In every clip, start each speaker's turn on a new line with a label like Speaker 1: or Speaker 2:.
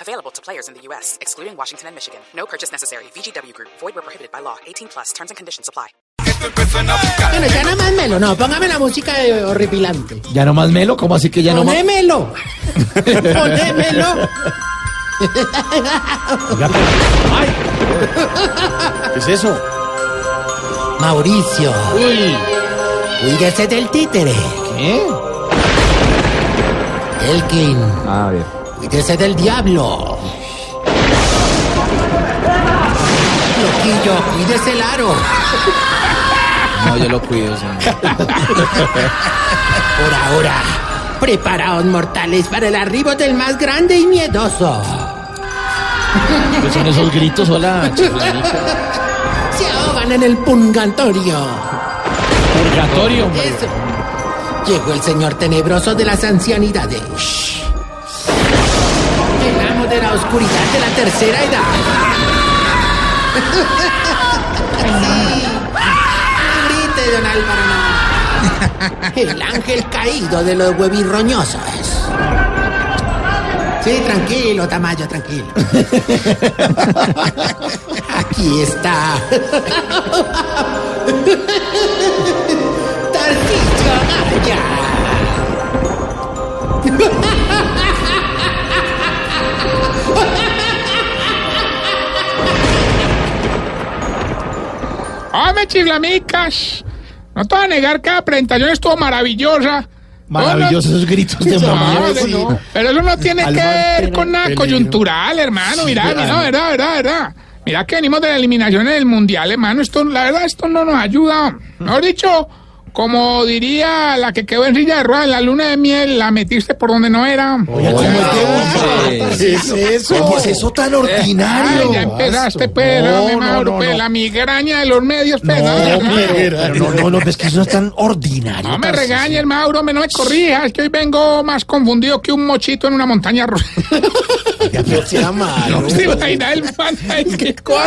Speaker 1: Available to players in the U.S., excluding Washington and Michigan. No purchase necessary. VGW Group, void were prohibited by law. 18 plus terms and conditions apply.
Speaker 2: Bueno, ya nada más melo. No, póngame la música de horripilante.
Speaker 3: ¿Ya no más melo? ¿Cómo así que ya no más?
Speaker 2: Ponémelo. Ponémelo.
Speaker 3: ¡Ay! ¿Qué es eso?
Speaker 2: Mauricio,
Speaker 3: ¡Uy! ¿eh?
Speaker 2: cuídese del títere.
Speaker 3: ¿Qué?
Speaker 2: Elkin,
Speaker 3: A ver.
Speaker 2: cuídese del diablo. Loquillo, cuídese el aro.
Speaker 3: No, yo lo cuido, señor.
Speaker 2: Por ahora, preparaos mortales para el arribo del más grande y miedoso.
Speaker 3: ¿Qué Pues son esos gritos? Hola, chiflanica.
Speaker 2: Se ahogan en el pungatorio.
Speaker 3: Purgatorio, hombre.
Speaker 2: Eso. Llegó el señor tenebroso de las ancianidades. El amo de la oscuridad de la tercera edad. Sí. No grite, don Álvaro, no. El ángel caído de los huevirroñosos. Sí, tranquilo, Tamayo, tranquilo. Aquí está. Tarcillo Maya.
Speaker 4: Hombre, chiflamicas. No te voy a negar que la presentación estuvo maravillosa.
Speaker 3: Maravillosos esos gritos de
Speaker 4: No, no,
Speaker 3: mamá.
Speaker 4: no, no. Pero eso no tiene que ver con nada coyuntural, hermano. Mirá, mirá, verdad, verdad, verdad. Mirá que venimos de la eliminación en el mundial, hermano. Esto, la verdad, esto no nos ayuda. Mejor dicho, como diría la que quedó en silla de ruedas en la luna de miel, la metiste por donde no era.
Speaker 3: ¿Qué es eso? ¿Cómo es eso tan
Speaker 4: Ay,
Speaker 3: ordinario?
Speaker 4: ya empezaste, pues,
Speaker 3: No,
Speaker 4: dame,
Speaker 3: no,
Speaker 4: Mauro,
Speaker 3: no,
Speaker 4: pues,
Speaker 3: no.
Speaker 4: la migraña de los medios, pues,
Speaker 3: No,
Speaker 4: dame, hermano.
Speaker 3: pero no, no, no, es que eso es tan ordinario.
Speaker 4: No me
Speaker 3: Tarcisio.
Speaker 4: regañes, Mauro, me no me corrijas, que hoy vengo más confundido que un mochito en una montaña rusa. No se imagina el man ahí que come,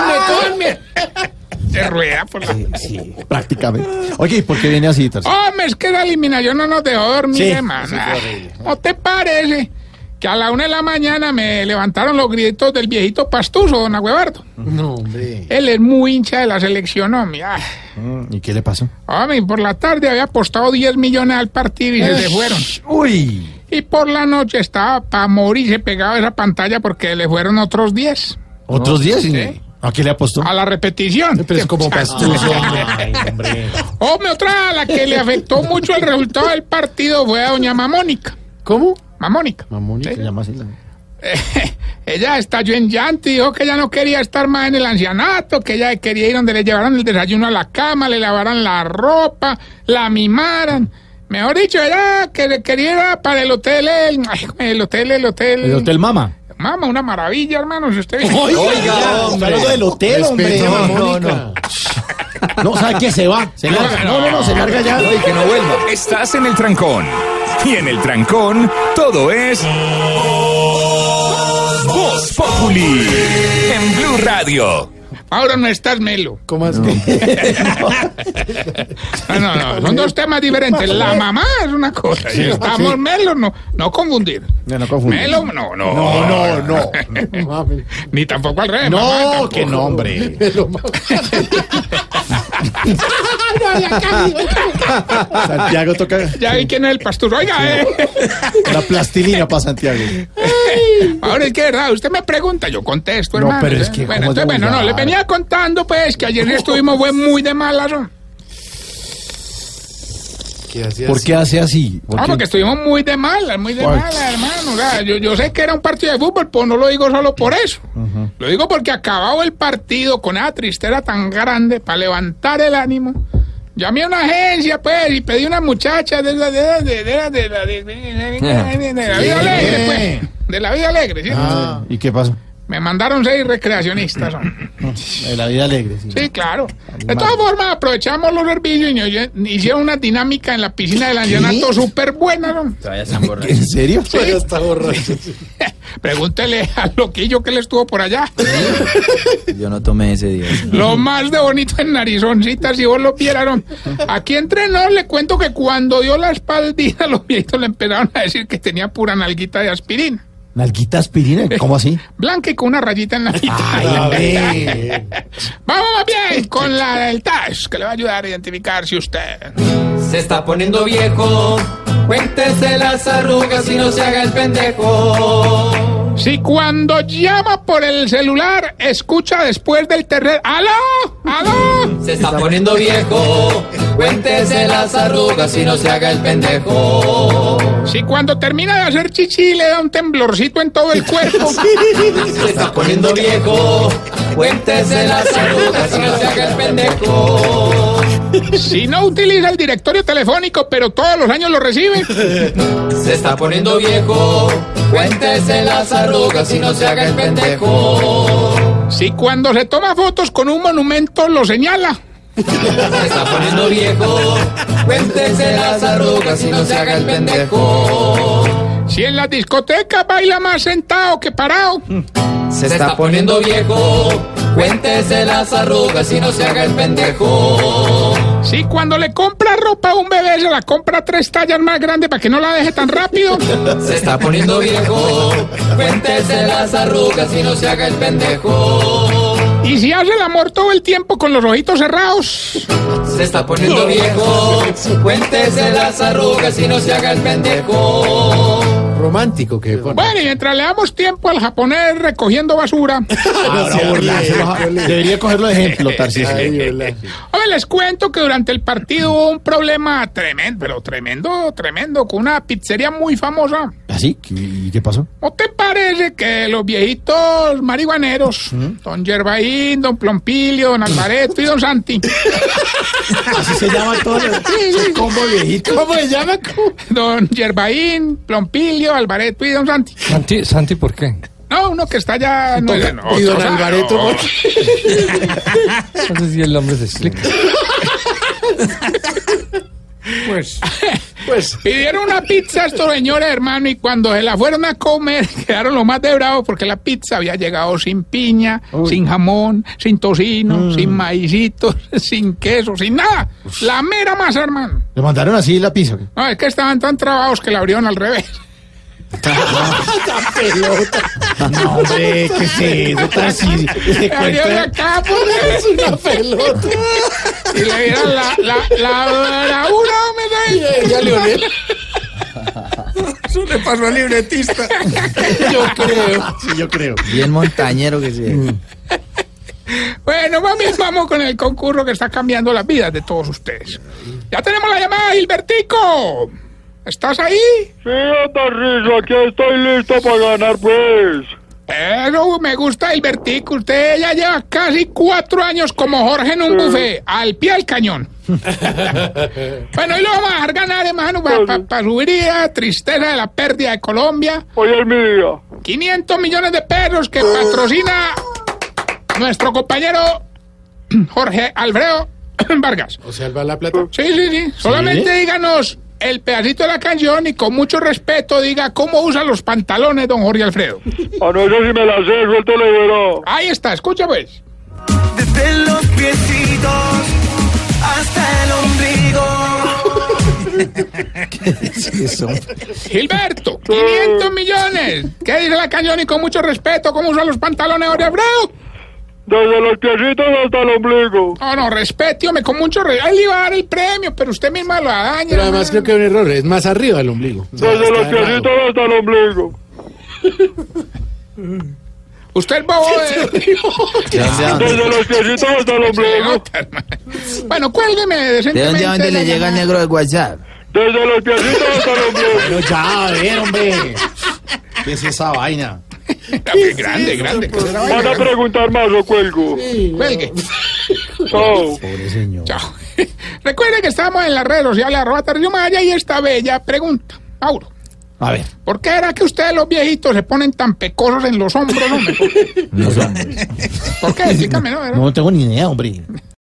Speaker 4: come. Se rueda por la...
Speaker 3: Sí, prácticamente. Oye, ¿y por qué viene así, Tarcisio?
Speaker 4: Hombre, es que la eliminación no nos dejó dormir,
Speaker 3: Sí,
Speaker 4: hermano.
Speaker 3: sí, fue horrible.
Speaker 4: ¿No te parece que a la una de la mañana me levantaron los gritos del viejito pastuso, don Agüebardo?
Speaker 2: No, hombre.
Speaker 4: Él es muy hincha de la selección, hombre. Ah,
Speaker 3: Mm, ¿Y qué le pasó?
Speaker 4: Hombre, por la tarde había apostado 10 millones al partido y se le fueron.
Speaker 3: ¡Uy!
Speaker 4: Y por la noche estaba para morir, se pegaba a esa pantalla porque le fueron otros 10
Speaker 3: ¿Otros días? y- ¿A qué Ah, le apostó?
Speaker 4: a la repetición.
Speaker 3: Pero es como pastuso.
Speaker 4: Hombre, otra a la que le afectó mucho el resultado del partido fue a doña Mamónica.
Speaker 3: ¿Cómo?
Speaker 4: Mamónica.
Speaker 3: Mamónica
Speaker 4: Sí.
Speaker 3: se llama así.
Speaker 4: Ella estalló en llanto y dijo que ella no quería estar más en el ancianato, que ella quería ir donde le llevaran el desayuno a la cama, le lavaran la ropa, la mimaran. Mejor dicho, ella que quería ir a- para el hotel, el, ay, el hotel, el hotel.
Speaker 3: El Hotel Mama.
Speaker 4: Mamá, una maravilla, hermano, si usted
Speaker 3: Oiga, hombre. Algo del hotel, hombre. No, no, no. No, ¿sabe qué? Se va. Se larga. No, no, no, se larga ya. que no vuelva.
Speaker 5: Estás en el trancón. Y en el trancón, todo es. Voz Populi. En Blue Radio.
Speaker 4: Ahora no estás melo.
Speaker 2: ¿Cómo así?
Speaker 4: No, no, no, son dos temas diferentes. La mamá es una cosa y estamos melo, no, no confundir.
Speaker 3: No, no confundir.
Speaker 4: Melo, no, no.
Speaker 3: No, no, no.
Speaker 4: Ni tampoco al revés. mamá,
Speaker 3: No,
Speaker 4: tampoco.
Speaker 3: qué nombre.
Speaker 4: No, ya casi,
Speaker 3: Santiago toca
Speaker 4: Ya vi quién es el pastor. Oiga, eh.
Speaker 3: la plastilina para Santiago.
Speaker 4: Ahora es que, ¿verdad? Usted me pregunta, yo contesto,
Speaker 3: No,
Speaker 4: hermano.
Speaker 3: pero es que,
Speaker 4: Bueno,
Speaker 3: ¿cómo
Speaker 4: entonces,
Speaker 3: de
Speaker 4: bueno, no,
Speaker 3: vulgar?
Speaker 4: le venía contando, pues, que ayer estuvimos fue muy de malas. ¿no?
Speaker 3: ¿Por qué hace así? ¿Por
Speaker 4: Ah,
Speaker 3: qué?
Speaker 4: porque estuvimos muy de malas, muy de
Speaker 3: Por-
Speaker 4: malas, hermano. O sea, yo, yo sé que era un partido de fútbol, pues no lo digo solo por eso. Lo digo porque acabado el partido con esa tristeza tan grande para levantar el ánimo. Llamé a una agencia, pues, y pedí una muchacha de la de la de la de la de la de la vida alegre, pues. De la vida alegre, ¿sí?
Speaker 3: Ah, ¿Y qué pasó?
Speaker 4: Me mandaron seis recreacionistas. hombre.
Speaker 3: De la vida alegre. Sí.
Speaker 4: Sí, claro. De todas formas, aprovechamos los servicios y nos lle- hicieron una dinámica en la piscina del ancianato súper buena. ¿no?
Speaker 3: ¿En serio?
Speaker 4: Pregúntele al loquillo que le estuvo por allá.
Speaker 6: Yo no tomé ese día.
Speaker 4: Lo más de bonito en narizoncita, si vos lo vieran. Aquí entre nos le cuento que cuando dio la espaldita, los viejitos le empezaron a decir que tenía pura nalguita de aspirina.
Speaker 3: ¿Nalguita aspirina? ¿Cómo así?
Speaker 4: Blanca y con una rayita en la
Speaker 3: A ver.
Speaker 4: Vamos más bien con la del TAS, que le va a ayudar a identificar si usted.
Speaker 7: Se está poniendo viejo, cuéntese las arrugas y no se haga el pendejo.
Speaker 4: Si cuando llama por el celular, escucha después del tercer. ¡Aló! ¡Aló!
Speaker 7: Se está poniendo viejo, cuéntese las arrugas y no se haga el pendejo.
Speaker 4: Si cuando termina de hacer chichi le da un temblorcito en todo el cuerpo.
Speaker 7: Se está poniendo viejo, cuéntese las arrugas y no se haga el pendejo.
Speaker 4: Si no utiliza el directorio telefónico, pero todos los años lo recibe.
Speaker 7: Se está poniendo viejo, cuéntese las arrugas y no se haga el pendejo.
Speaker 4: Si cuando se toma fotos con un monumento lo señala.
Speaker 7: Se está poniendo viejo, cuéntese las arrugas y no se haga el pendejo.
Speaker 4: Si en la discoteca baila más sentado que parado.
Speaker 6: Se
Speaker 7: Se está poniendo viejo, cuéntese las arrugas y no se haga el pendejo.
Speaker 4: Si cuando le compra ropa a un bebé se la compra tres tallas más grande para que no la deje tan rápido.
Speaker 7: Se está poniendo viejo, cuéntese las arrugas y no se haga el pendejo.
Speaker 4: Y si hace el amor todo el tiempo con los ojitos cerrados.
Speaker 7: Se está poniendo viejo, cuéntese las arrugas y no se haga el pendejo.
Speaker 6: romántico que
Speaker 4: Bueno, y mientras le damos tiempo al japonés recogiendo basura.
Speaker 3: Ahora, burlarse, baja. Debería cogerlo de ejemplo, Tarcisio.
Speaker 4: A ver, les cuento que durante el partido hubo un problema tremendo, pero tremendo, tremendo, con una pizzería muy famosa.
Speaker 3: ¿Así? ¿Y qué pasó?
Speaker 4: ¿No te parece que los viejitos marihuaneros, don Yerbaín, don Plompilio, don Alvareto y don Santi,
Speaker 3: Así se llama todo el combo viejito. ¿Cómo se llama?
Speaker 4: don Yerbaín, Plompilio, Alvareto y don Santi?
Speaker 8: Santi, Santi, ¿por qué?
Speaker 4: No, uno que está allá... No,
Speaker 3: Y don
Speaker 4: ah,
Speaker 3: Alvareto, ¿por
Speaker 8: No sé si el hombre se explica.
Speaker 4: Pues, pidieron una pizza a estos señores, hermano, y cuando se la fueron a comer, quedaron los más de bravos porque la pizza había llegado sin piña, sin jamón, sin tocino, sin maicitos, sin queso, sin nada. La mera masa, hermano.
Speaker 3: Le mandaron así la pizza.
Speaker 4: No, es que estaban tan trabados que la abrieron al revés.
Speaker 3: No, hombre, ¿qué es eso, Tarcisio? Ese cuento
Speaker 4: Abrieron
Speaker 3: de-
Speaker 4: la capa es una pelota. Y le dieron la, la, la, bravura, hombre. ¿sabes?
Speaker 5: Eso le pasó al libretista.
Speaker 3: Yo creo. Sí, yo creo.
Speaker 6: Bien montañero que sí.
Speaker 4: Bueno, mami, vamos con el concurso que está cambiando las vidas de todos ustedes. Ya tenemos la llamada, Gilbertico. ¿Estás ahí?
Speaker 9: Sí, Tarrizo, aquí estoy listo para ganar, pues.
Speaker 4: Eso me gusta, Gilbertico. Usted ya lleva casi cuatro años como Jorge en un buffet, al pie del cañón. bueno, hoy lo vamos a dejar ganar, hermano, para subiría, tristeza de la pérdida de Colombia.
Speaker 9: Hoy es mi día.
Speaker 4: 500 millones de perros que patrocina nuestro compañero Jorge Alfredo Vargas.
Speaker 3: O sea, va la plata.
Speaker 4: Sí, sí, sí. Solamente díganos el pedacito de la canción y con mucho respeto diga cómo usa los pantalones don Jorge Alfredo.
Speaker 9: A Ah, no sé si me la sé, suéltelo y verá.
Speaker 4: Ahí está, escucha pues.
Speaker 7: Desde los piecitos hasta el ombligo.
Speaker 4: Gilberto, 500 millones. ¿Qué dice la canción y con mucho respeto cómo usa los pantalones Jorge Alfredo?
Speaker 9: Desde los piecitos hasta el ombligo.
Speaker 4: No, no, respete, hombre, con mucho respeto. Ahí le iba a dar el premio, pero usted misma lo daña. Pero además creo que...
Speaker 9: Desde los piecitos hasta el ombligo.
Speaker 4: Usted es bobo eh. de...
Speaker 9: Desde los piecitos hasta el
Speaker 4: Se le
Speaker 9: ombligo.
Speaker 4: nota, hermano. bueno, cuélgueme
Speaker 6: ¿De
Speaker 4: decentemente.
Speaker 6: dónde a dónde
Speaker 4: la
Speaker 6: le llega el
Speaker 4: llamada.
Speaker 6: negro del WhatsApp?
Speaker 9: Desde los piecitos hasta el ombligo.
Speaker 3: Ya, a ver, hombre. ¿Qué es esa vaina?
Speaker 4: Ah, pues, grande, grande.
Speaker 9: Van a preguntar más o cuelgo.
Speaker 4: Cuelgue.
Speaker 9: Chao.
Speaker 4: Chao. Recuerden que estamos en las redes sociales arroba Tarcisio Maya y esta bella pregunta. Mauro,
Speaker 3: A ver.
Speaker 4: ¿Por qué era que ustedes los viejitos se ponen tan pecosos en los hombros, hombre?
Speaker 6: Los hombres.
Speaker 4: ¿Por qué? Explícame, ¿no?
Speaker 3: No tengo ni idea, hombre.